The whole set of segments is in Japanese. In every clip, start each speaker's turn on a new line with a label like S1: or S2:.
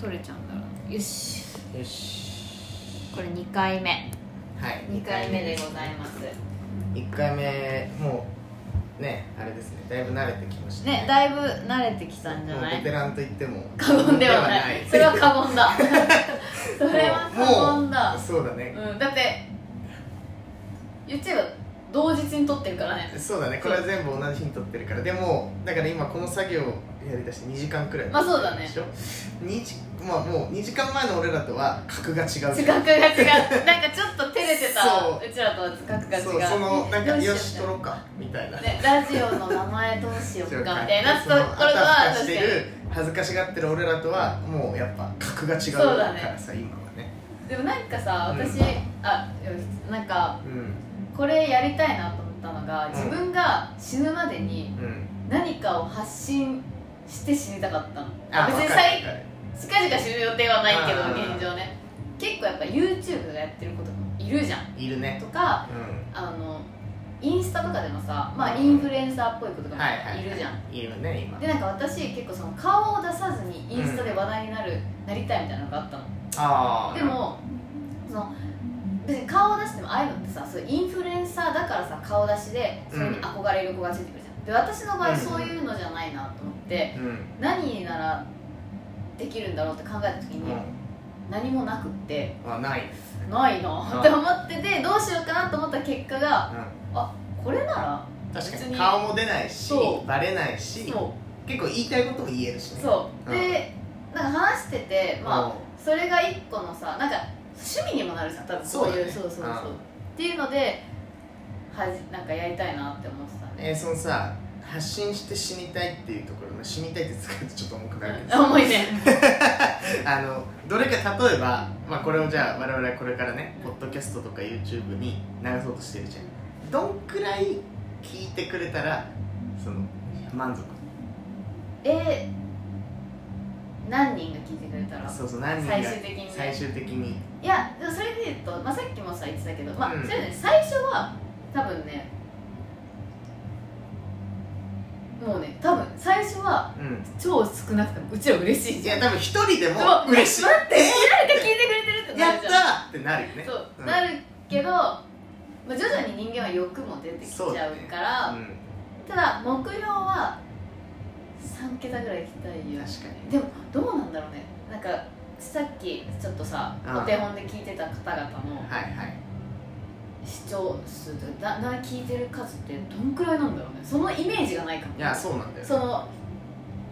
S1: 取れちゃうんだろうよし
S2: よし
S1: これ2回目
S2: はい
S1: 2回目でございます
S2: 1回目もうねあれですねだいぶ慣れてきました
S1: ねだいぶ慣れてきたんじゃな
S2: もうベテ
S1: い
S2: ランと言っても
S1: 過言ではないそれは過言だ それは過言だ
S2: そうだね、
S1: うん、だって YouTube 同日に撮ってるからね
S2: そうだねこれは全部同じ日に撮ってるからでもだから今この作業やりだして2時間くらい
S1: まあそうだね
S2: でしょ2時まあもう2時間前の俺らとは格が違う
S1: 自覚が違うなんかちょっと照れてた
S2: そう
S1: ちらとは自覚が違う
S2: そうそのなんか
S1: どうしよ
S2: よ
S1: う
S2: し撮ろうかみたいな、
S1: ね、ラジオの名前どうしようかみたいな
S2: そ
S1: とこ
S2: の
S1: ろ
S2: あたふた
S1: は
S2: して
S1: 確
S2: る
S1: かに
S2: 恥ずかしがってる俺らとはもうやっぱ格が違う
S1: そうだね
S2: からさ、今はね
S1: でもなんかさ私、
S2: うん
S1: あでもなんか
S2: うん
S1: これやりたいなと思ったのが
S2: ん
S1: 自分が死ぬまでに
S2: うん
S1: 何かを発信して死にたかったの
S2: あ
S1: 別
S2: わ
S1: に
S2: かる
S1: 最近々死ぬ予定はないけ
S2: あ
S1: ど
S2: ー
S1: 現状ね結構やっぱ YouTube がやってることもいるじゃん
S2: わかるいるね
S1: とか
S2: うん
S1: あのインスタとかでもさ、まあ、インフルエンサーっぽいこととか
S2: はいはいは
S1: もいるじゃん、
S2: いるね今
S1: でなんか私結構その顔を出さずにインスタで話題になる、なりたいみたいなのがあったの
S2: ああ
S1: でもその別に顔を出してもああいうのってさそういうインフルエンサーだからさ顔出しでそれに憧れる子がついてくるじゃんで私の場
S2: う
S1: 合
S2: ん
S1: そういうのじゃないなと思って、
S2: うん
S1: 何ならできるんだろうって考えた時に、
S2: も
S1: 何もなくって
S2: うはない
S1: ないなって思っててどうしようかなと思った結果が
S2: う
S1: これなら
S2: ん確か
S1: 別
S2: に
S1: に
S2: 顔も出ないし
S1: そう
S2: バレないし結
S1: そう
S2: 構言いたいことも言えるしね
S1: そうでなんか話しててまあそれが一個のさなんか趣味にもなるじゃん多分そういう
S2: そ
S1: そ,、
S2: ううだね
S1: そうそう
S2: うん
S1: っていうのではじなんかやりたいなって思ってたね
S2: えーそのさ発信して死にたいっていうところの死にたいって使うとちょっと重くなるけど
S1: 重いね
S2: あのどれか例えば、まあ、これをじゃあ我々はこれからねポッドキャストとか YouTube に流そうとしてるじゃんどんくらい聞いてくれたらその満足
S1: えー何人が聞いてくれたら
S2: そうそう何人が
S1: 最終的にね
S2: 最終的に
S1: いやでもそれで言うと、まあ、さっきもさ言ってたけど、まあ
S2: うん
S1: それね最初は多分ねもうね多分最初は
S2: うん
S1: 超少なくてもうちら嬉しい
S2: い
S1: じゃん
S2: や多分一人 でも
S1: でも
S2: 嬉しい
S1: 待って
S2: え
S1: 誰か聞いてくれてるって
S2: ー
S1: な
S2: や
S1: る
S2: っ
S1: じ
S2: た
S1: ゃん
S2: ーってなるよね
S1: そう、
S2: うん
S1: なるけど、まあ、徐々に人間は欲も出てきちゃう
S2: そうだね
S1: から
S2: うん
S1: ただ目標は3桁ぐらいいきたいよ
S2: 確か
S1: でもどうなんだろうねなんかさっきちょっとさ
S2: うん
S1: お手本で聞いてた方々の
S2: にはいはい
S1: 視聴数とかだだ聞いてる数ってどんくらいなんだろうねそのイメージがないかも
S2: いやそうなんだよ
S1: その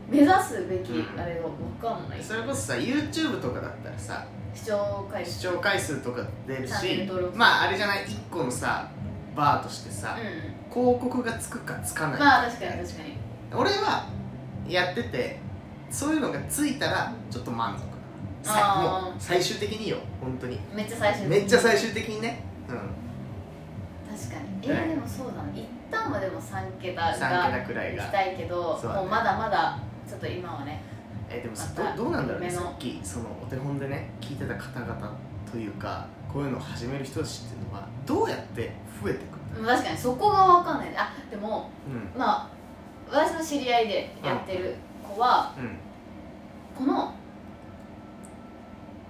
S1: 目指すべき
S2: うん
S1: あれを分かんない、
S2: それこそさ YouTube とかだったらさ
S1: 視聴回
S2: 視
S1: 数
S2: 聴回数とか出る
S1: チャンネル
S2: し
S1: 登録
S2: まああれじゃない1個のさバーとしてさ、
S1: う
S2: 広告がつくかつかない
S1: ん
S2: か
S1: まあ確かに確かに
S2: 俺はやっててそういうのがついたらちょっと満足
S1: あ
S2: さも
S1: ー
S2: う最終的によ本当に
S1: めっちゃ最初
S2: めっちゃ最終的にねうん
S1: 確かに
S2: は
S1: え
S2: い
S1: ー、でもそうだな一旦はでも3桁が
S2: 3桁くらい
S1: 行
S2: が
S1: きたいけど
S2: そうだね
S1: もうまだまだちょっと今はね
S2: えーでもさ
S1: また
S2: どどうなんだろうね
S1: 夢の
S2: さっきそのお手本でね聞いてた方々というかこういうのを始める人たちっていうのはどうやって増えてくる
S1: もう確かにそこが分かんないあでも
S2: うん
S1: まあ私の知り合いでやってる子は、
S2: うん
S1: この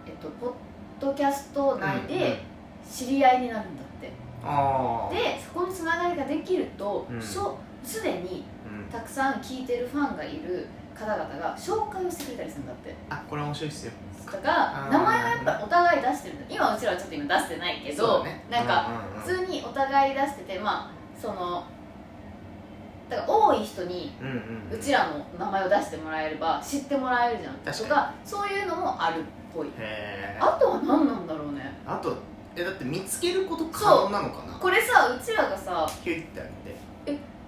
S1: えっとポッドキャスト内
S2: うんうん
S1: で知り合いになるんだって、
S2: ああ
S1: でそこのつながりができると、
S2: うん
S1: しょすでに
S2: うん、
S1: たくさん聞いてるファンがいる方々が紹介をしてくれたりするんだって
S2: あこれ面白いっすよ
S1: とか
S2: あー
S1: 名前はやっぱお互い出してるんだ今うちらはちょっと今出してないけ
S2: そう
S1: ど、
S2: だね
S1: なんか
S2: う
S1: 普通にお互い出しててまあそのだから多い人に
S2: うんうんうん
S1: うちらの名前を出してもらえれば知ってもらえるじゃん
S2: 確かに
S1: とかそういうのもあるっぽい
S2: へえ
S1: あとは何なんだろうね
S2: あとえだって見つけること可能なのかな
S1: これさうちらがさ
S2: ヒュイってあって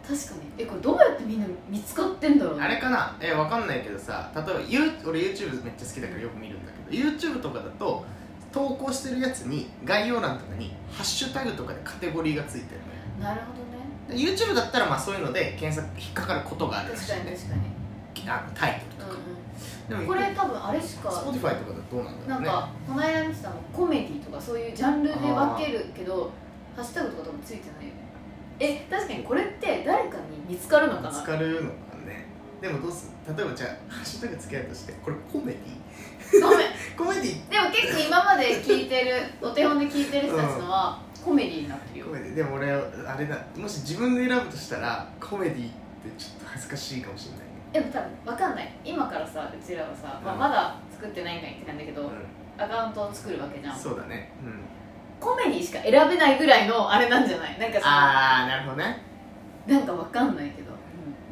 S1: 確かにえこれどうやってみんな見つかってんだろうね
S2: あれかなえわかんないけどさ例えばユー俺 YouTube めっちゃ好きだからよく見るんだけど YouTube とかだと投稿してるやつに概要欄とかにハッシュタグとかでカテゴリーがついてるのよ
S1: なるほどね
S2: で YouTube だったらまあそういうので検索引っかかることがあるら
S1: 確
S2: しい
S1: かに
S2: ね
S1: 確かに、
S2: あのタイトルとか、
S1: う
S2: で
S1: んうん、
S2: も
S1: これ多分あれしか
S2: Spotify とかだとどうなんだ
S1: な
S2: ろうんね
S1: かこの間見てたのコメディとかそういうジャンルで分けるけどハッシュタグとか多分ついてないよねえ確かにこれって誰かに見つかるのかな
S2: 疲れるのかねでもどうする例えばじゃあハッシュタグつけるとしてこれコメディ
S1: コまで聞いてるお手本で聞いてる人たちのはコメディになってるよ
S2: コメディでも俺あれだもし自分で選ぶとしたらコメディってちょっと恥ずかしいかもしれないね
S1: でも多分わかんない今からさうちらはさ、まあ、
S2: うん
S1: まだ作ってないんかいって感じだけど、アカウントを作るわけじゃ
S2: うん
S1: ん
S2: そうだねうん
S1: コメディしか選べないぐらいのあれなんじゃないなんかさ
S2: ああなるほどね
S1: なんかわかんないけど、うん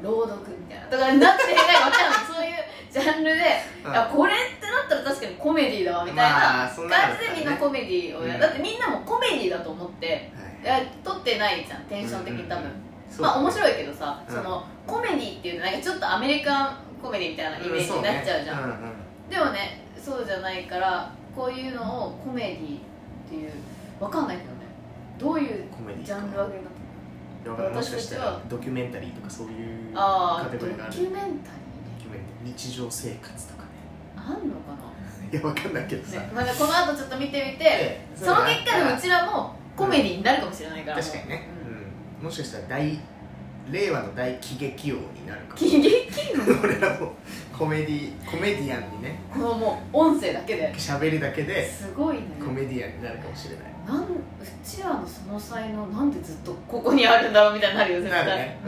S1: 朗読みたいなだからなってないわかんないそういうジャンルで、
S2: うん
S1: あこれってなったら確かにコメディだわみたいな
S2: まあそんな
S1: 感
S2: のだったらね
S1: じでみんなコメディをやる、
S2: うん
S1: だってみんなもコメディだと思ってい
S2: はい
S1: や撮ってないじゃんテンション的に多分、
S2: うんそう
S1: まあ面
S2: い
S1: 白いけどさ、
S2: うん
S1: そのコメディっていうとなんかちょっとアメリカンコメディみたいなイメージになっちゃうじゃん、
S2: ん
S1: でもねそうじゃないからこういうのをコメディっていうわかんないけどねどういう
S2: コメディ
S1: ジャンル分けになってる
S2: だからもしかした
S1: 私た
S2: ら
S1: ち
S2: ドキュメンタリーとかそういう
S1: あ
S2: カ
S1: あ
S2: テ
S1: ド
S2: ゴ
S1: キ
S2: リ
S1: ュ
S2: ー
S1: メン
S2: があ
S1: タ
S2: る
S1: リーね
S2: ドキュメンタリー日常生活とかね
S1: あんのかない
S2: やわかんないけどさ、
S1: ね、まだこの後ちょっと見てみて、
S2: ええ
S1: その結果でうちらもコメディになるかもしれないから、
S2: 確かにね、うんもしかしたら大令和の大喜劇王になるかも
S1: 喜劇の
S2: 俺らもコメディコメディアンにね
S1: このもう音声だけで
S2: 喋るだけです
S1: ごいね
S2: コメディアンになるかもしれない
S1: なんうちらのその才能なんでずっとここにあるんだろうみたいになるよ絶
S2: な
S1: 対
S2: るね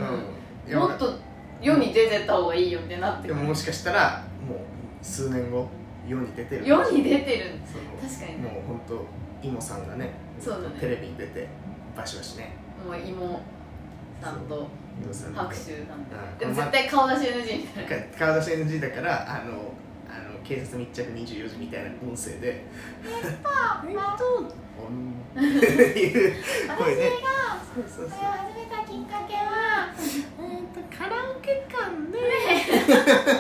S2: うんいや
S1: もっと世に出てた方がいいよってなって
S2: で
S1: くる
S2: ももしかしたらもう数年後世に出てる
S1: 世に出てる
S2: その
S1: 確かに
S2: もう本当イモさんがね
S1: そうだね
S2: テレビに出てバシバシね
S1: もう芋さんと
S2: イモさん
S1: 拍手なんで
S2: うん
S1: でも絶対顔出し NG みたいな
S2: か顔出し NG だからあのあの警察密着24時みたいな音声 で
S1: ああと
S2: 「おん」っていう声でそうそうそう
S1: 始めたきっかけは
S2: カラオケ館で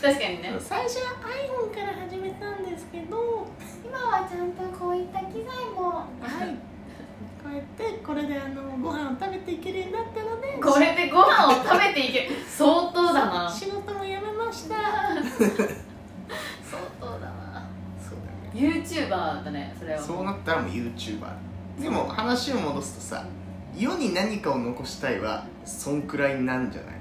S1: 確かにね
S2: 最初は iPhone から始めたんですけど
S1: 今はちゃんとこういった機材も
S3: はい。こうやってこれであのご飯を食べていけるようになったので、
S1: これでご飯を食べていける相当だな
S3: 仕事も辞めました。
S1: 相当だな
S2: そうだね
S1: YouTuber だねそれは
S2: そうなったらもう YouTuber でも話を戻すとさ世に何かを残したいはそんくらいなんじゃない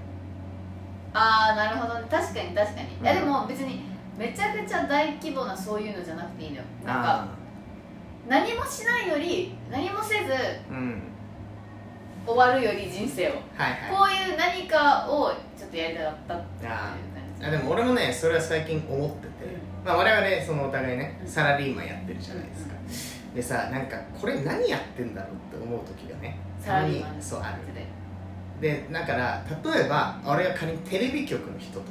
S1: ああなるほどね確かに確かに、
S2: うん
S1: いやでも別にめちゃくちゃ大規模なそういうのじゃなくていいのよなんか何もしないより何もせず
S2: あーうん
S1: 終わるより人生を
S2: はいはい
S1: こういう何かをちょっとやりたかったっていう
S2: あ
S1: 感じ
S2: あでも俺もねそれは最近思ってて、まあ、我々そのお互いねサラリーマンやってるじゃないですかでさなんかこれ何やってんだろうって思う時がね
S1: サラリーマン
S2: たまに
S1: の
S2: そうある
S1: で、
S2: でだから例えば俺が仮にテレビ局の人とか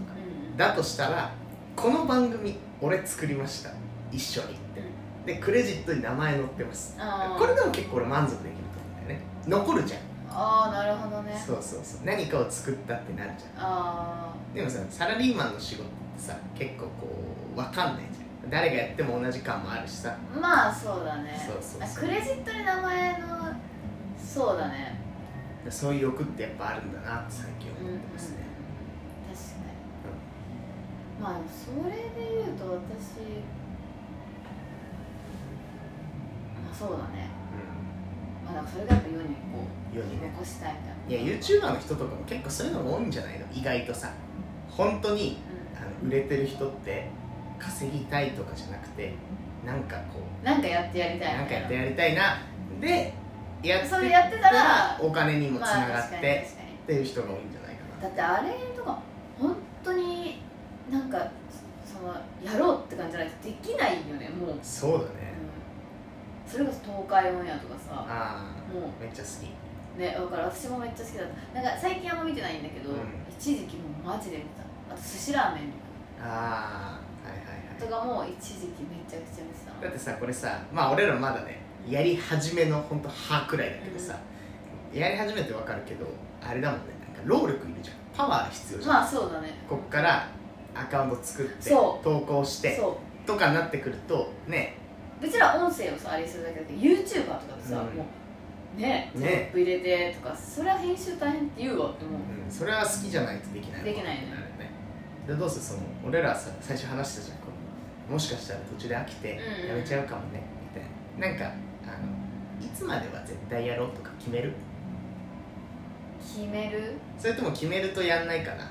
S1: うん、
S2: だとしたらこの番組俺作りました一緒にってでクレジットに名前載ってます
S1: あー
S2: これでも結構俺満足できると思うんだよね残るじゃん、
S1: あーなるほどね
S2: そうそうそう何かを作ったってなるじゃん
S1: あ
S2: でもさサラリーマンの仕事ってさ結構こう分かんないじゃん誰がやっても同じ感もあるしさ
S1: あまあそうだね
S2: そうそう
S1: あ
S2: そう
S1: クレジットに名前のそうだね
S2: そういう欲ってやっぱあるんだなって最近
S1: うんう
S2: 思っ
S1: ん
S2: てますね、
S1: 確かに、まあそれで言うと私まあそうだねまあだからそれがやっぱ世にこ
S2: うん世に
S1: う
S2: ね
S1: 残したいみたいない
S2: や YouTuber の人とかも結構そういうのが多いんじゃないの意外とさ本当にあの売れてる人って稼ぎたいとかじゃなくてなんかこ
S1: うん、なんかやってやりた
S2: う
S1: い
S2: な
S1: み
S2: んか
S1: たい
S2: や
S1: な
S2: ってやりたいなでやって
S1: それやってたら
S2: お金にもつ
S1: ま
S2: な
S1: あ
S2: がっ
S1: 確かに
S2: て
S1: 確かに
S2: っていう人が多いんじゃないかな
S1: だってあれとか本当になんかそのやろうって感じじゃないとできないよねもう、うん、
S2: そうだね
S1: それこそ東海オンエアとかさ
S2: あ
S1: もう
S2: あめっちゃ好き
S1: ねだから私もめっちゃ好きだったなんか最近あんま見てないんだけど、
S2: うん
S1: 一時期もうマジで見てたあと寿司ラーメン
S2: ああはいはい
S1: と
S2: は
S1: かも一時期めちゃくちゃ見てた
S2: いだってさこれさまあ俺らまだねやり始めのほんと歯くらいだけどさ、やり始めてわかるけどあれだもんねなんか労力いるじゃんパワー必要じゃん、
S1: まあそうだね
S2: こっからアカウント作って
S1: そ
S2: 投稿して
S1: そ
S2: とかになってくるとね
S1: ううちら音声をさあれするだけだけど YouTuber とかでさ、
S2: うん
S1: もうね
S2: ね、
S1: 入れてとかそれは編集大変って言うわって思う
S2: うん、それは好きじゃないとできない
S1: できないね
S2: るねでどうせその俺らさ最初話したじゃんこのもしかしたら途中で飽きて
S1: うんうん
S2: やめちゃうかもねみたいななんかあのいつまでは絶対やろうとか決める
S1: 決める
S2: それとも決めるとやんないかな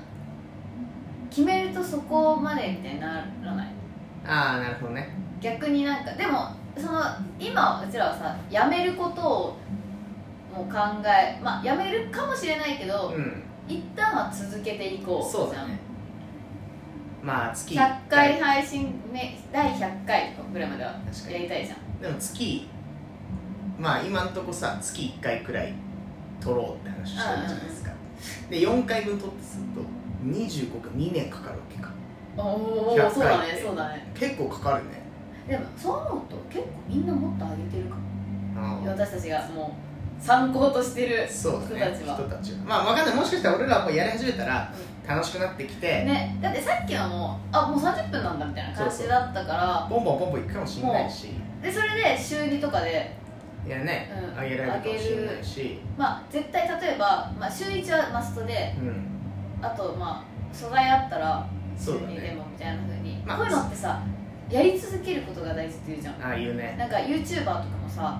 S1: 決めるとそこまでみたいにならない
S2: ああなるほどね
S1: 逆になんかでもその今うちらはさ辞めることをもう考えまあ辞めるかもしれないけど、
S2: うん
S1: 一旦は続けていこう
S2: そうだねまあ月
S1: じゃん100回配信ね第100回とかぐらいまでは
S2: 確か
S1: や
S2: に
S1: りたいじゃん
S2: でも月まあ今んとこさ月1回くらい取ろうって話してるじゃないですかで4回分取ってすると25か2年かかるわけか
S1: おお
S2: 100回
S1: そうだねそうだね
S2: 結構かかるね
S1: でもそう思うと結構みんなもっと上げてるかも
S2: あー
S1: 私たちがもう参考としてる
S2: そうだね
S1: 人たちは
S2: 人たちはまあわかんないもしかしたら俺らもやり始めたら楽しくなってきて、
S1: ねだってさっきはもうあもう30分なんだみたいな感じだったから
S2: ボンボンボンボンいくかもしれないし
S1: でそれで週2とかで
S2: いやね
S1: うん
S2: あ、げられるかもしれないし、
S1: まあ絶対例えば、まあ、週1はマストで
S2: うん、
S1: あとまあ素材あったら週
S2: そうだ
S1: 2で
S2: ね
S1: もみたいなふうに、
S2: まあ
S1: こういうのってさやり続けることが大事って言うじゃん
S2: ああいうね
S1: なんか YouTuber とかもさ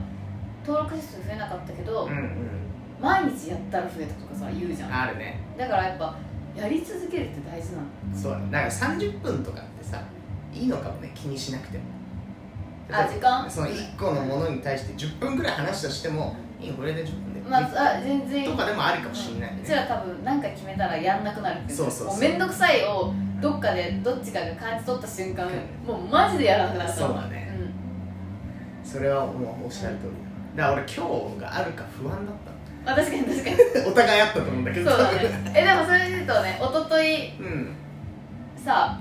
S1: 登録者数増えなかったけど、
S2: うんうん
S1: 毎日やったら増えたとかさ言うじゃん
S2: あるね
S1: だからやっぱやり続けるって大事なの
S2: そうだねだから30分とかってさいいのかもね気にしなくても
S1: あ時間
S2: その1個のものに対して10分くらい話したとしてもいいこれで10分で、
S1: まあ、あ全然
S2: とかでもありかもしれないね
S1: うちら多分何か決めたらやんなくなるってい
S2: そうそうそう
S1: もう面倒くさいをどっかでどっちかが感じ取った瞬間、
S2: う
S1: もうマジでやらなくなった
S2: そうだね、それはもうおっしゃる通りだだから俺今日があるか不安だっ
S1: うん、まあ確かに確かに
S2: たお互いあったと思うんだけ
S1: そう
S2: ど
S1: だ ねえでもそれで言うとね一昨日
S2: うんうん
S1: さ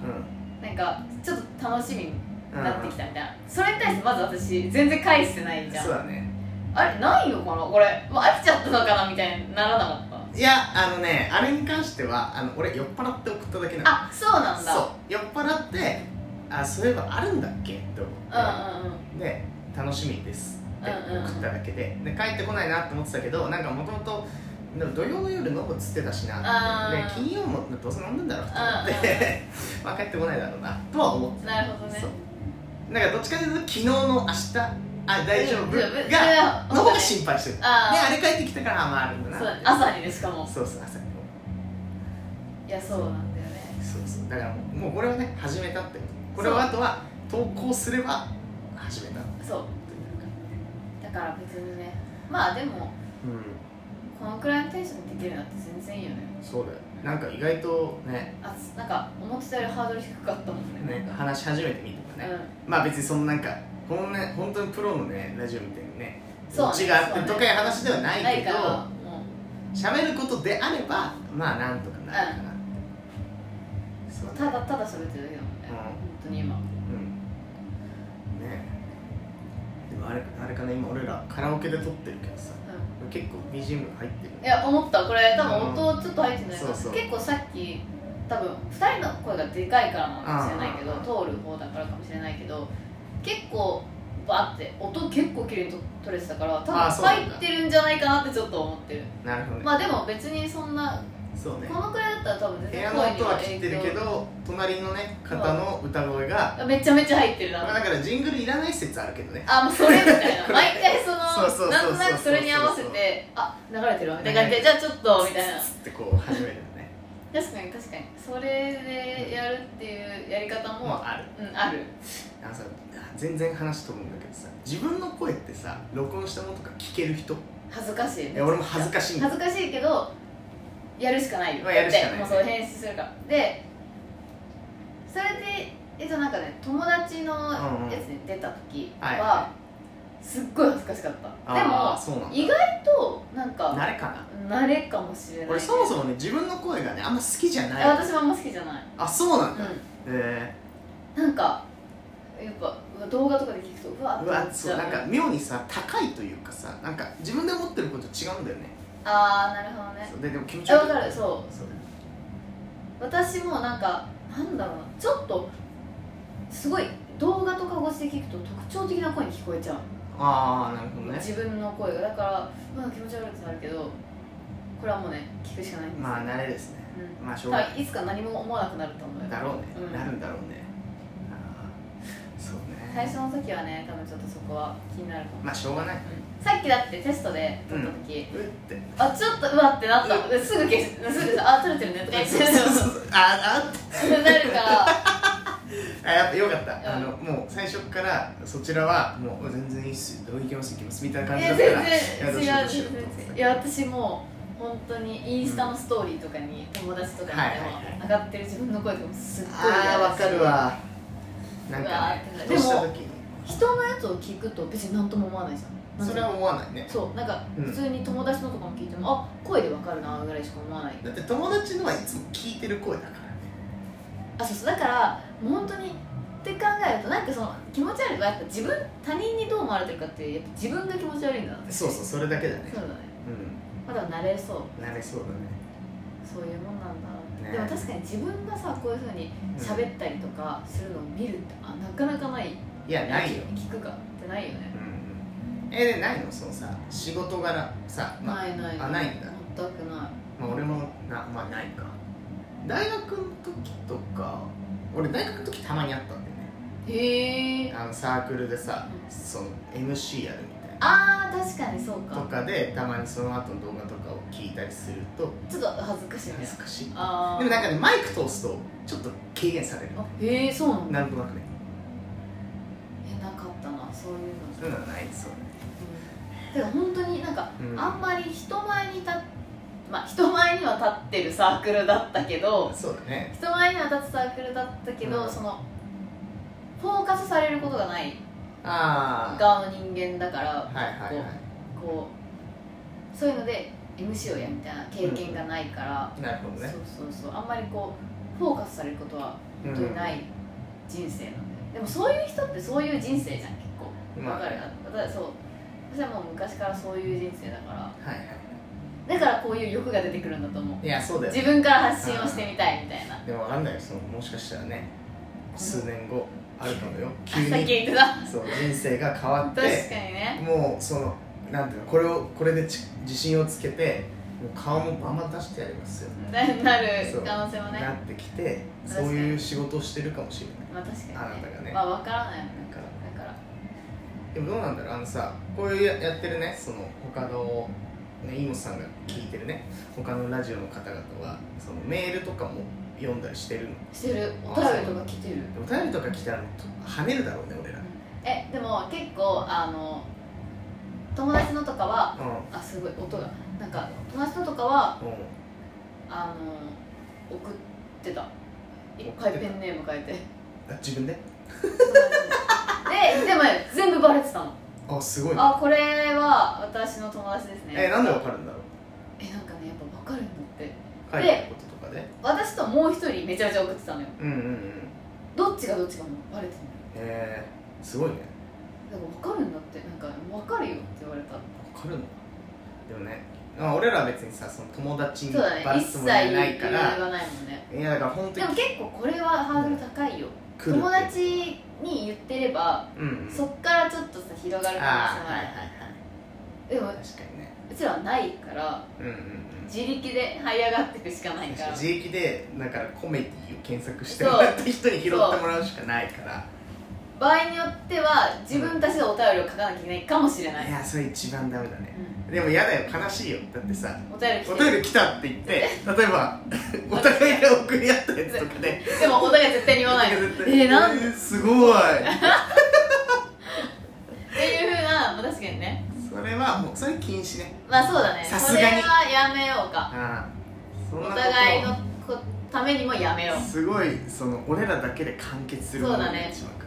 S1: なんかちょっと楽しみに
S2: うん
S1: なってきたみたいなそれに対してまず私全然返してないじゃ
S2: そうんだね
S1: あれないのかなこれもう飽きちゃったのかなみたいにならなかった
S2: いやあのねあれに関してはあの俺酔っ払って送っただけなの
S1: あそうなんだ
S2: そう酔っ払ってあそういえばあるんだっけって思っ
S1: うんうんうん
S2: て、で楽しみですって
S1: うんうんうん
S2: 送っただけで,、で帰ってこないなって思ってたけどなんかもともと土曜の夜飲むっつってたしな
S1: あ
S2: で
S1: ー
S2: 金曜もどうせ飲んでんだろうと思って、 まあ帰ってこないだろうなとは思って
S1: なるほどね
S2: そうなんかどっちかというと昨日の明日あ大丈夫
S1: 大丈夫
S2: が
S1: それ
S2: の
S1: は
S2: 方が心配してるであ
S1: あ
S2: れ帰ってきたからあまああるんだな
S1: あそう
S2: って
S1: 朝にねしかも
S2: そうそう朝に
S1: いやそうなんだよね
S2: そうそうだからもうもうこれはね始めたってことこれはあとは投稿すれば始めたって
S1: そう
S2: いうか
S1: だから別にねまあでも
S2: う
S1: このくらいのテンションでできるなんて全然いいよね
S2: んそうだよなんか意外とね
S1: あなんか思ってたよりハードル低かったもんね
S2: ね話し始めてみても
S1: う
S2: ね、
S1: ん
S2: まあ別にそのなんかこのね本当にプロのねラジオみたいにね
S1: そう
S2: オチがあってとかいう話ではな
S1: ないい
S2: け
S1: か
S2: ど
S1: らも
S2: 喋ることであればまあなんとかなるかな、そう
S1: うただただ喋ってるだけだもんね
S2: うん
S1: 本当に今
S2: うんねでもあれあれかな今俺らカラオケで撮ってるけどさ
S1: う
S2: 結構 BGM 入ってる
S1: んいや思ったこれ多分音ちょっと入ってないから
S2: そうそう
S1: 結構さっき多分2人の声がでかいからなのかもしれないけど
S2: うん
S1: 通る方だからかもしれないけど結構バーって音結構綺麗にと取れてたから多分
S2: あそうなん
S1: 入
S2: だ
S1: ってるんじゃないかなってちょっと思ってる
S2: なるほどね、
S1: まあでも別にそんな
S2: そうね
S1: このくらいだったら多分
S2: 部
S1: 全然
S2: 屋
S1: 声
S2: の
S1: に
S2: 音
S1: は
S2: は
S1: 影
S2: 切
S1: 響
S2: ってるけど隣のね方の歌声が、
S1: めちゃめちゃ入ってるな
S2: まあ、
S1: あ
S2: だからジングルいらない説あるけどね
S1: もうそれみた いな毎回そ
S2: そうそうそうそ
S1: の
S2: う
S1: なんとなくそれに合わせてあ流れてるわみたいな感じでじゃあちょっとみたいな
S2: つってこう始めるよね
S1: 確かに確かにそれでやるっていうやり方
S2: もう
S1: も
S2: ある
S1: うんある
S2: あのさ全然話飛ぶんだけどさ自分の声ってさ録音したものとか聞ける人い
S1: 恥ずかしい
S2: や俺も恥ずかしいんだ
S1: 恥ずかしいけどやるしかないよ
S2: まあやるしかないね
S1: だってもうそう編集するからでそれでえっとなんかね友達のや
S2: うんうん
S1: つに出た時は、
S2: はいは
S1: すっごい恥ずかしかったで
S2: あ
S1: も
S2: ーそうなんだ
S1: 意外となんか
S2: 慣れかな
S1: 慣れかもしれない
S2: 俺そもそもね自分の声がねあんま好きじゃ
S1: い
S2: な
S1: や
S2: い
S1: 私もあんま好きじゃない、
S2: あそうなんだへ
S1: う
S2: え
S1: ん、なんかやっぱうわ動画とかで聞くとうわ
S2: う
S1: ってな
S2: わ
S1: っち
S2: そう
S1: ゃう
S2: なんか妙にさ高いというかさなんか自分で思ってること違うんだよね
S1: ああなるほどね
S2: そうででも気持ち
S1: え
S2: よく
S1: わかるそう
S2: そう
S1: 私もなんかなんだろうなちょっとすごい動画とか越しで聞くと特徴的な声に聞こえちゃう、
S2: ああなるほどね
S1: 自分の声がだから、まあ、気持ち悪くなるけどこれはもうね聞くしかないんです
S2: まあ
S1: あ
S2: 慣れですね
S1: う
S2: まあしょ
S1: ん、
S2: う
S1: 多
S2: がない
S1: 分いつか何も思わなくなると思うよ
S2: だろうね、
S1: うん
S2: なるんだろうねあーそうね
S1: 最初の時はね多分ちょっとそこは気になるかも、
S2: まあしょうがない
S1: うんさっきだってテストで撮った時、
S2: う って
S1: あちょっとうわってなったもんですぐ消 すすぐあ撮れてるねとか言って
S2: ああっ
S1: なるから
S2: あやっぱよかったあのもう最初からそちらはもう全然いいっすどういけますいけますみたいな感
S1: い
S2: じだ
S1: や
S2: ったら
S1: 全然違う
S2: いやどうし
S1: 全
S2: ようどうしようと思っ
S1: 然
S2: て
S1: いや私もう本当にインスタのストーリーとかに友達とかに
S2: はいはいはい
S1: も上がってる自分の声とかもすっごい
S2: ああわかるわなん
S1: うわ
S2: か
S1: ーってな
S2: そうした
S1: る
S2: 時に
S1: 人のやつを聞くと別に何とも思わないじゃん
S2: それは思わないね
S1: そうなんか
S2: うん
S1: 普通に友達のとかも聞いても、あ声でわかるなぐらいしか思わない
S2: だって友達のはいつも聞いてる声だからね
S1: あそうそうだからもう本当にって考えるとなんかその気持ち悪いのはやっぱ自分他人にどう思われてるかってやっぱ自分が気持ち悪いんだなって
S2: そうそうそれだけだね
S1: そうだね
S2: う
S1: まだ慣れそうん
S2: なれそうだね
S1: そういうもんなんだ、
S2: ね
S1: でも確かに自分がさこういうふうに喋ったりとかするのを見るってあなかなかない
S2: いやないよ
S1: 聞くかってないよね
S2: うんえでないのそのさ仕事柄さ、まあ
S1: ないない
S2: あないんだ
S1: 全くない
S2: まあ俺もなまあないか大学の時とか俺大学の時たまにあったんだよね
S1: へえ
S2: あのサークルでさ
S1: うん
S2: その MC やるみたいな
S1: あー確かにそう
S2: と
S1: か
S2: かでたまにその後の動画とかを聞いたりすると
S1: ちょっと恥ずかしい
S2: 恥
S1: ね
S2: ずかしい
S1: あー
S2: でもなんかねマイク通すとちょっと軽減される
S1: あへえそうなんだ
S2: なんとなくね
S1: えなかったなそういうの、
S2: そういうのはないそうね
S1: てか本当になんか、
S2: うん
S1: あんまり人前に立っまあ人前には立ってるサークルだったけど
S2: そうだね
S1: 人前には立つサークルだったけど、
S2: うん
S1: そのフォーカスされることがない
S2: ああ
S1: 側の人間だから
S2: はいはいは
S1: こうそういうので MC をやみたいな経験がないから、
S2: いなるほどね
S1: そうそうそうあんまりこうフォーカスされることは
S2: う
S1: 本
S2: ん
S1: 当にない人生なんだよ、でもそういう人ってそういう人生じゃん結構
S2: ま
S1: わ
S2: あ
S1: かる、私はそう私はもう昔からそういう人生だから
S2: はいはい
S1: だからこういう欲が出てくるんだと思う
S2: いやそうだよね
S1: 自分から発信をしてみたいみたいな
S2: でも分かんないよそのもしかしたらね数年後あるかもよ
S1: さ
S2: 急
S1: っき
S2: に
S1: 言ってた
S2: そう人生が変わっ
S1: 確かに
S2: て
S1: ね
S2: もうそのなんていうのこれをこれでち自信をつけてもう顔もバンバン出してやりますよ、
S1: ななる
S2: そう
S1: 可能性もね
S2: なってきて
S1: 確か
S2: そう
S1: に
S2: いう仕事をしてるかもしれ
S1: まあ確か
S2: あ
S1: に
S2: な
S1: ね
S2: たがね
S1: まあ分からないよね
S2: ないだから
S1: だから
S2: でもどうなんだろうあのさこういうややってるねその他のねイモさんが聞いてるね他のラジオの方々はそのメールとかも読んだりしてるの
S1: してるお
S2: あ
S1: 便りとか来てる
S2: お便りとか来たら跳ねるだろうね俺ら
S1: えでも結構あの友達のとかは
S2: うん
S1: あすごい音がなんか友達のとかは
S2: うん
S1: あの送ってたいっぱ
S2: 送
S1: い
S2: って
S1: ペ
S2: た
S1: ンネーム書いて で
S2: あ自分で
S1: でも全部バレてたの
S2: あすごいね
S1: あこれは私の友達ですね
S2: えなんでわかるんだろう
S1: えなんかねやっぱ分かるんだって
S2: 書いてることとかで
S1: 私ともう一人めちゃめちゃ送ってたのよ
S2: うんうんうん
S1: どっちがどっちかもバレて
S2: えー、すごいね
S1: たのだから分かるんだってなんか分かるよって言われた
S2: わかるのでもねまあ俺らは別にさその友達に
S1: そうだ
S2: バ
S1: ね
S2: ラ
S1: 一
S2: す
S1: 切
S2: も
S1: 言
S2: りはないか
S1: わな
S2: ら
S1: いもんね
S2: いやだから本当
S1: で
S2: に
S1: も結構これはハードル高いよ
S2: 来る
S1: 友達に言ってれば
S2: うんうん
S1: そっからちょっとさ広がるか
S2: あ
S1: も
S2: あ
S1: しれ
S2: は
S1: ない
S2: はい
S1: い
S2: は
S1: でも
S2: い確かにね
S1: うちらはないから
S2: うんうんうん
S1: 自力で這い上がっていくしかないから
S2: 自力でだからコメディを検索して
S1: そう
S2: もらって人に拾ってもらうしかないから
S1: 場合によっては自分たちでお便りを書かなきゃいけないかもしれない
S2: い、やそれ一番ダメだね
S1: う
S2: でも嫌だよ悲しいよだってさ
S1: んお便り来
S2: お
S1: て
S2: 便り来たって言って例え ばお互いが送り合ったやつとかで
S1: でもお互い絶対に言わないの
S2: 絶対
S1: えーなんで
S2: えーすごい
S1: っていうふうなまあ確かにね
S2: それはもうそれ禁止ね
S1: まあそうだね
S2: さ
S1: そ
S2: す
S1: れ
S2: がに
S1: はやめようか
S2: ああそん
S1: お
S2: なこと
S1: 互いのこためにもやめよう
S2: すごいその俺らだけで完結するもの
S1: そう
S2: に
S1: だね
S2: なっちまうか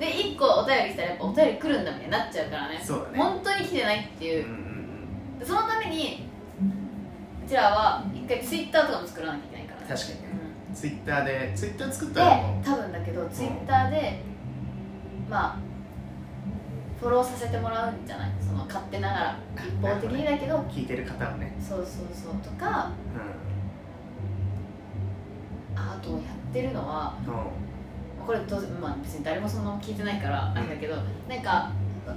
S2: らね
S1: で1個お便りしたらやっぱお便り来るんだみたいになっちゃうからね
S2: そうだね
S1: 本当に来てないって
S2: う
S1: い
S2: ん
S1: う
S2: うんうん
S1: そのためにうちらは一回ツイッターとかも作らなきゃいけないからね
S2: 確かに
S1: う
S2: ね
S1: ん
S2: ツイッターでツイッター作っ
S1: で
S2: たらもう
S1: 多分だけどツイッターでまあフォローさせてもらうんじゃないその勝手ながら一方的にだけど
S2: 聞いてる方はね
S1: そうそうそうとか
S2: う
S1: ああとやってるのは
S2: んうん
S1: これどうせまあ別に誰もそんなの聞いてないからあれだけど、なんか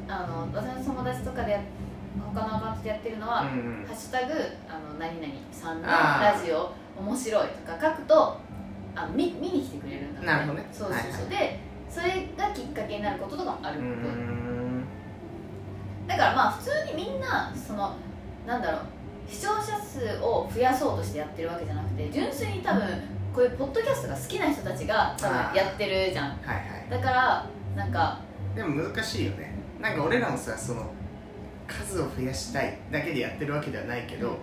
S1: あの私の友達とかでや他のアカウントでやってるのは「
S2: うん
S1: ハッシュタグあの何々さんの
S2: あー
S1: ラジオ面白い」とか書くとあの見見に来てくれるんだって
S2: なるほどね
S1: そうそうそう、でそれがきっかけになることとかもある
S2: うんう
S1: の
S2: んうん
S1: だからまあ普通にみんなそのなんだろう視聴者数を増やそうとしてやってるわけじゃなくて純粋に多分こういうポッドキャストが好きな人たちが多分やってるじゃん
S2: はいはい
S1: だからなんか
S2: でも難しいよねなんか俺らもさその数を増やしたいだけでやってるわけではないけど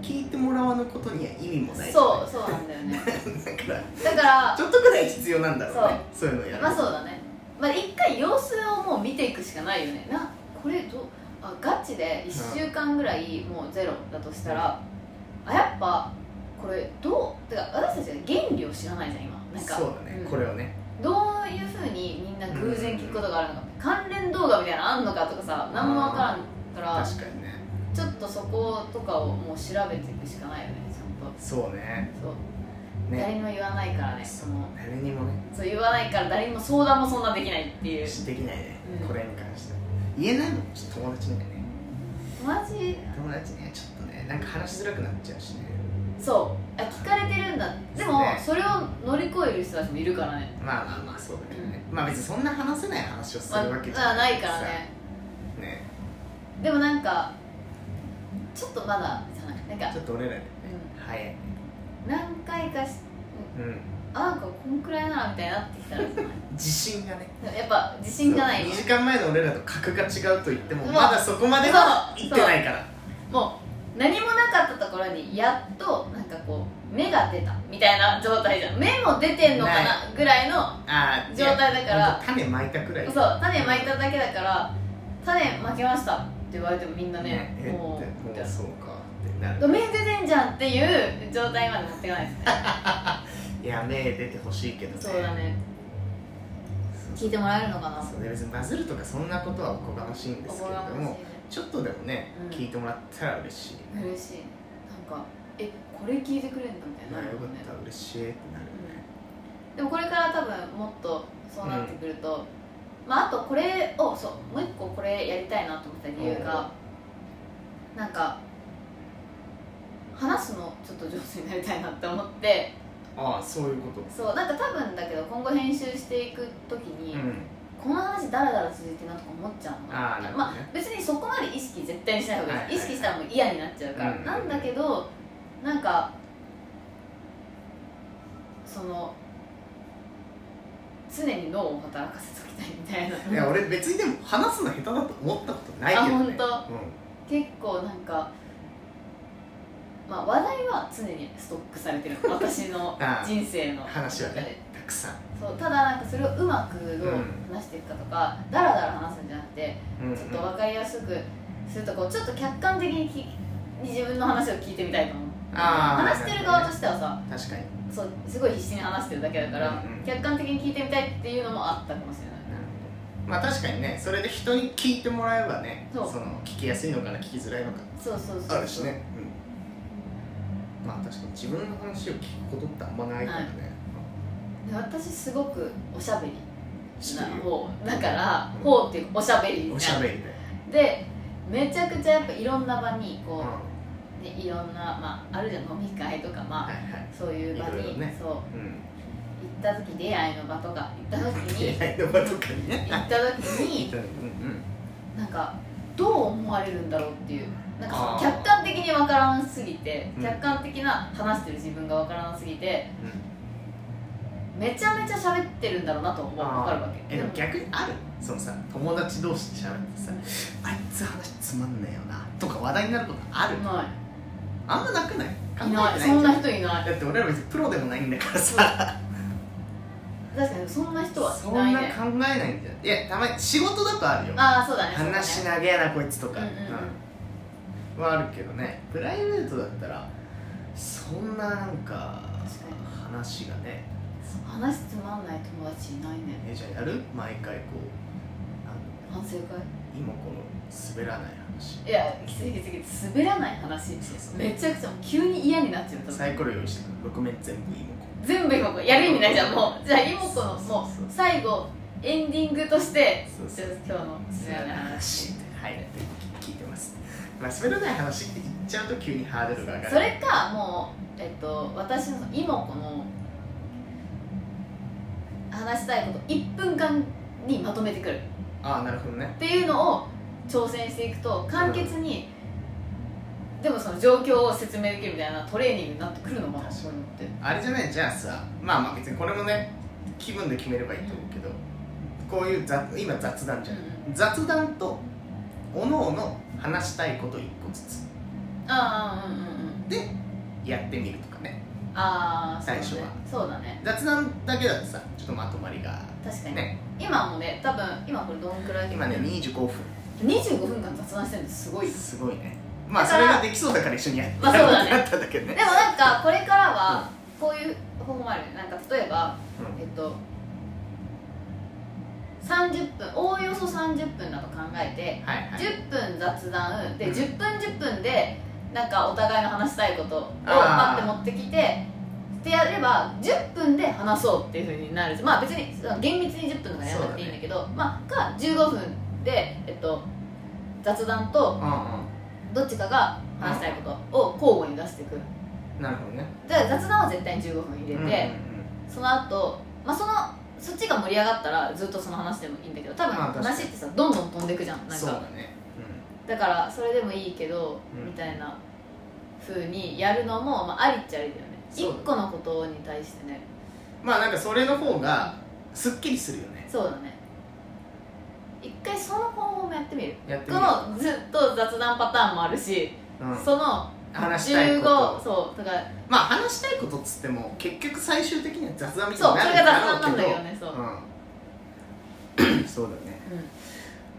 S2: 聞いてもらわぬことには意味もない
S1: そうそうなんだよ ね
S2: うだから
S1: だから
S2: ちょっとくらい必要なんだろうねそういうのやる
S1: まあそうだね、まあ、一回様子をもう見ていくしかないよねなこれどうあガチで1週間ぐらいもうゼロだとしたら、あやっぱこれどうてか私たちは原理を知らないじゃん今なんか
S2: そうだね、
S1: ん
S2: これをね
S1: どういうふうにみんな偶然聞くことがあるのか、関連動画みたいなのあんのかとかさ何も分からんから
S2: 確かにね
S1: ちょっとそことかをもう調べていくしかないよねちゃんと
S2: そうね
S1: そう、誰
S2: ね
S1: にも言わないからねその
S2: 誰にもね
S1: そう言わないから誰にも相談もそんなできないっていう
S2: できないね、
S1: うん
S2: これに関しては言えないもんちょっと友達にはね
S1: マジ
S2: 友達ねちょっとねなんか話しづらくなっちゃうしね
S1: そうあ聞かれてるんだでも
S2: ね
S1: それを乗り越える人たちもいるからね
S2: まあまあまあそうだけどね、まあ別にそんな話せない話をする
S1: まあ
S2: わけじゃ
S1: まあないからね
S2: さね
S1: でもなんかちょっとまだじゃないなん
S2: ち
S1: か、
S2: ょっと俺らね
S1: う
S2: 早い
S1: ん、何回かし
S2: うん
S1: あなんかこんくらいならみたいになってきたらじゃない
S2: 自信がね
S1: でも やっぱ自信がない
S2: 2
S1: よ
S2: 時間前の俺らと格が違うと言っても
S1: うわ
S2: まだそこまでは
S1: そう
S2: 行ってないから
S1: もう何もなかったところにやっとなんかこう目が出たみたいな状態じゃん目も出てんのかなぐらいの
S2: ああ
S1: 状態だから
S2: 種まいたくらい
S1: そう種まいただけだから種まきましたって言われてもみんなね
S2: えっても
S1: も
S2: う
S1: うみたいな
S2: そうかってなる
S1: 目出てんじゃんっていう状態まで持ってかないですね
S2: いや目出てほしいけどね
S1: そうだね
S2: そ
S1: 聞いてもらえるのかな
S2: うそうで別にバズるとかそんなことはおこがましいんですけれどもちょっとでもね、
S1: うん
S2: 聞いてもらったら嬉しいね、
S1: 嬉しいなんかえこれ聞いてくれるんだみたいに
S2: ま
S1: な
S2: あ
S1: る
S2: よ
S1: よ
S2: かっ
S1: ね
S2: た嬉しいってなるよね、
S1: でもこれから多分もっとそうなってくると、まああとこれをそうもう一個これやりたいなと思った理由が、なんか話すのちょっと上手になりたいなって思って
S2: ああそういうこと
S1: そうなんか多分だけど今後編集していく時に、
S2: うん
S1: この話だらだら続いてるなとか思っちゃうの
S2: あーなるほど
S1: まあ
S2: ね、
S1: 別にそこまで意識絶対にしない方がいい,、
S2: はいはいはい
S1: 意識したらもう嫌になっちゃうから、
S2: うん
S1: なんだけどなんかその常に脳を働かせときたいみたい
S2: い
S1: な
S2: や俺別にでも話すの下手だと思ったことないけど、ね、
S1: あ
S2: 当、
S1: 結構なんか、まあ、話題は常にストックされてる私の
S2: ああ
S1: 人生
S2: うん、
S1: の
S2: 話はねたくさん、
S1: そうただなんかそれをうまくどう話していくかとか、だらだら話すんじゃなくて
S2: うん
S1: ちょっと分かりやすくするとこうちょっと客観的にき自分の話を聞いてみたいと思う
S2: あー
S1: 話してる側としてはさ
S2: 確かに
S1: そうすごい必死に話してるだけだから、
S2: うんうん
S1: 客観的に聞いてみたいっていうのもあったかもしれない
S2: まあ確かにねそれで人に聞いてもらえばね
S1: そう
S2: の聞きやすいのかな聞きづらいのか
S1: そうそうそう
S2: ね、うん、まあ確かに自分の話を聞くことってあんまないからね、
S1: で私すごくおしゃべり
S2: 知って
S1: な
S2: るよ
S1: 方だから、
S2: うん
S1: 方っていうかおしゃべり
S2: おしゃ
S1: り
S2: べりで、
S1: でめちゃくちゃやっぱいろんな場に
S2: うん
S1: こ
S2: は
S1: う、ね、いろんな、まあ、あるじゃん飲み会とか
S2: い
S1: まあ
S2: はい
S1: そういう場に
S2: いろいろね
S1: そう行
S2: うん
S1: った時出会いの場とか行った時
S2: 出
S1: に
S2: 会いの場とかにね
S1: 行った時
S2: い
S1: に
S2: たねうん
S1: なんかどう思われるんだろうっていうなんか
S2: あー
S1: 客観的に分からなすぎて
S2: うん
S1: 客観的な話してる自分が分からなすぎて
S2: うんうん
S1: めちゃめちゃ喋ってるんだろうなと思う分かるわけ
S2: え
S1: で
S2: でも
S1: も
S2: 逆にあるそのさ友達同士で喋ってさ「あいつ話つまんねえよな」とか話題になることある
S1: な
S2: あんまなくない考え
S1: い
S2: てない
S1: いない
S2: じ
S1: そ
S2: ゃん
S1: んな人いない
S2: だって俺ら別にプロでもないんだからさ
S1: 確かにそんな人は
S2: そ
S1: い
S2: ん
S1: ない
S2: な
S1: ね
S2: 考えないんだよいやたまに仕事だとあるよ
S1: ああそうだね
S2: 話
S1: そうだね
S2: 長えなこいつとか
S1: うんうん
S2: うんはあるけどねプライベートだったらそんななんか
S1: 確かに
S2: 話がね
S1: 話つまんない友達いないね
S2: えじゃあやる毎回こうあの
S1: 反省会
S2: 今この滑らない話
S1: いやきついきついきつい滑らない話
S2: そうそう
S1: めちゃくちゃもう急に嫌になっちゃう多分
S2: サイコロ用意してくる6面全部イモコ
S1: 全部イモコやる意味ないじゃんもうじゃあイモコのも
S2: そうそうそう
S1: う最後エンディングとして
S2: そう
S1: ち
S2: そ
S1: ょ
S2: う
S1: っと今日の
S2: 滑らない話ってはいって聞いてますまあ滑らない話って言っちゃうと急にハードルが上がる
S1: それかもう、えっと、私のイモコの話したいこと1分間にまとめてくる
S2: ああなるほどね
S1: っていうのを挑戦していくと簡潔にでもその状況を説明できるみたいなトレーニングになってくるのかな
S2: 確
S1: そういうのって
S2: あれじゃないじゃあさまあまあ別にこれもね気分で決めればいいと思うけどこういう雑今雑談じゃん雑談とおのおの話したいこと1個ずつ
S1: ああうんうんうん
S2: やってみるとかね
S1: ああ
S2: 最初は
S1: そうだね
S2: 雑談だけだとさちょっとまとまりが
S1: 確かに、
S2: ね
S1: 今もね多分今これどんくらい
S2: 今ね25分
S1: 25分間雑談してるのすごいよ
S2: すごいねまあ
S1: だ
S2: そ
S1: か
S2: れ
S1: ら
S2: ができそうだから一緒にやって
S1: まあそうだね
S2: やっただけね
S1: でもなんかこれからはこういう方法もあるよねなんか例えば
S2: うん
S1: えっと30分おおよそ30分だと考えて
S2: はいはい
S1: 10分雑談で
S2: うん
S1: 10分10分でなんかお互いの話したいことをパッ
S2: あ
S1: て
S2: ー
S1: 持ってきてってやれば10分で話そうっていうふうになるしまあ別にその厳密に10分とかやらなくていいんだけどまあか15分で、えっと、雑談と
S2: うん
S1: どっちかが話したいことを交互に出していく
S2: うんなるほどね
S1: じゃあ雑談は絶対に15分入れて、
S2: うんうんうん
S1: その後、まあそのそっちが盛り上がったらずっとその話でもいいんだけど多分
S2: まあ確かに
S1: 話ってさどんどん飛んでいくじゃんなん
S2: そうだ
S1: か
S2: ね
S1: だからそれでもいいけど、
S2: うん
S1: みたいな風にやるのも、まあ、ありっちゃありだよね
S2: そうだね
S1: 1個のことに対してね
S2: うんまあなんかそれの方がすっきりするよね
S1: そうだね一回その方法もやってみる
S2: やって
S1: こ
S2: みる
S1: のずっと雑談パターンもあるし、
S2: うん
S1: その
S2: 話したいこと
S1: 15そうだから
S2: まあ話したいことっつっても結局最終的には雑談みたい
S1: そ
S2: に
S1: うそ
S2: な
S1: れ
S2: る
S1: が
S2: ん
S1: 雑
S2: だろ
S1: 談なん
S2: うけ
S1: だ
S2: ど
S1: よねそう、
S2: うん そうだね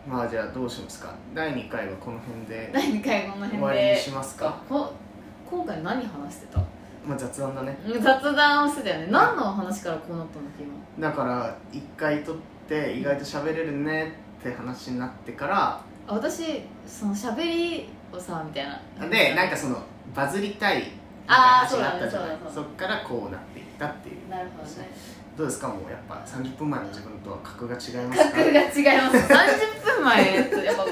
S1: うん、
S2: まあじゃあどうしますか第2回はこの辺で
S1: 第2回この
S2: 終
S1: 辺
S2: わりに
S1: で
S2: しますか
S1: こ今回何話してた
S2: まあ雑談だね
S1: 雑談をしてたよね何の話からこうなったんだっけ今
S2: だから1回撮って意外と喋れるねって話になってから
S1: あ私その喋りをさみたいな
S2: でなんかそのバズりたいみたいな
S1: あー
S2: 話になったじゃない
S1: そうだねそうだね
S2: そっからこうなっていったっていう
S1: なるほどね
S2: どうですかもうやっぱ30分前の自分とは格が違いますか
S1: 格が違います30分前やつやっぱ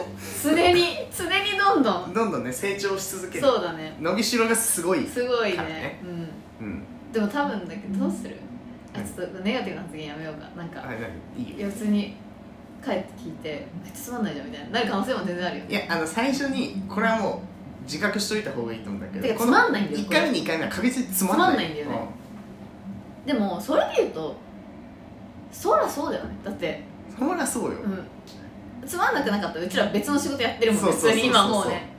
S1: 常に常にどんどん
S2: どんどんね成長し続ける
S1: そうだね
S2: 伸びしろがすごい、
S1: すごいね
S2: からね
S1: うん
S2: うん、
S1: でも多分だけどどうするあちょっとネガティブな発言やめようかなん
S2: あ
S1: か
S2: れなんかいいよ
S1: いや普通に帰って聞いてめっちゃつまんないじゃんみたいななる可能性も全然あるよ
S2: いやあの最初にこれはもう自覚しといた方がいいと思うんだけ
S1: て
S2: ど
S1: か
S2: こ
S1: つ
S2: の
S1: まんないんだよ
S2: 1
S1: これ
S2: 回目2回目は確実につまんない
S1: つまんないんだよねでもそれで言うとそらそうだよねだって
S2: うんほらそうよ、
S1: うんつまんなくなかったらうちら別の仕事やってるもんね
S2: そ
S1: 普
S2: うそうそう
S1: 通
S2: そう
S1: に今もうね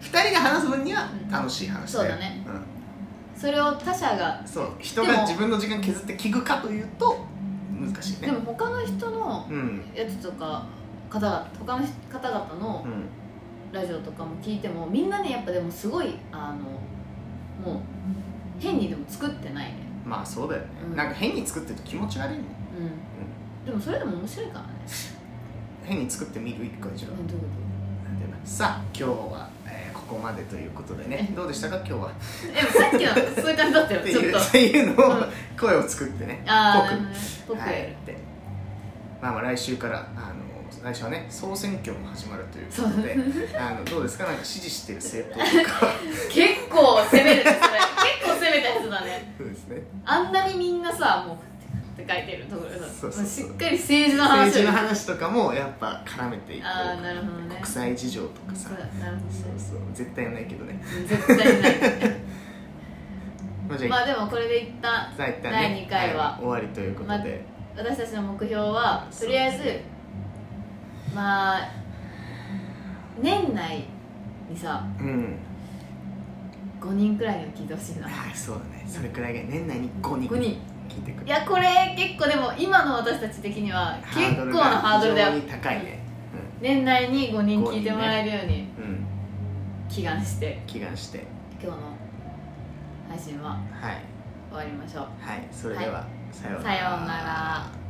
S2: 二人が話す分には
S1: うん
S2: 楽しい話
S1: そうだね、
S2: う
S1: それを他者が
S2: ん、そう人
S1: でも
S2: が自分の時間削って聞くかというと難しい
S1: で
S2: ね
S1: も他の人の
S2: うん
S1: やつとか方々他の方々の
S2: うん
S1: ラジオとかも聞いてもみんなねやっぱでもすごいあのもう変にでも作ってないね
S2: まあそうだよね、
S1: うん
S2: なんか変に作ってると気持ち悪いもん
S1: うん、でもそれでも面白いからね
S2: 変に作ってみる一個以上、
S1: うんどういうこ
S2: なんていうのさあ今日は、えーここまでということでねどうでしたか今日 は
S1: とでもさっきのそういう感じだったよ
S2: って
S1: ちょ
S2: い
S1: っ
S2: う
S1: と
S2: っていうのを、
S1: うん
S2: 声を作ってね
S1: ああ
S2: ぽく
S1: 僕、
S2: はい、ってまあまあ来週からあの来週はね総選挙も始まるということであのどうですかなんか支持してる政党と か
S1: 結構攻めるねそれ結構攻めたやつだね
S2: そうですね
S1: あんなにみんなさもうって書いてるところ
S2: そうそうそう
S1: しっかり政治の話を
S2: 政治の話とかもやっぱ絡めていこう
S1: ああなるほどね
S2: 国際事情とかさ
S1: そ
S2: そう
S1: うなるほど
S2: そう絶対やんないけどね
S1: ね絶対 ない
S2: まあじゃあ、
S1: まあでもこれで一旦
S2: 一旦ね
S1: 第二回は
S2: 終わりということ
S1: ま
S2: で、
S1: 私たちの目標はとりあえずまあ年内にさ
S2: うん
S1: 5人くらいには聞いてほしいな
S2: はいそうだねそれくらいが年内に5人
S1: 5人
S2: 聞いてく
S1: い
S2: る
S1: やこれ結構でも今の私たち的には結構なハードルだ
S2: 非
S1: よ
S2: 常に高いね
S1: 年内に5人聞いてもらえるように
S2: うん
S1: 祈願して
S2: 祈願して
S1: 今日の配信は
S2: はい
S1: 終わりましょう
S2: はいそれでは、さよう
S1: さようなら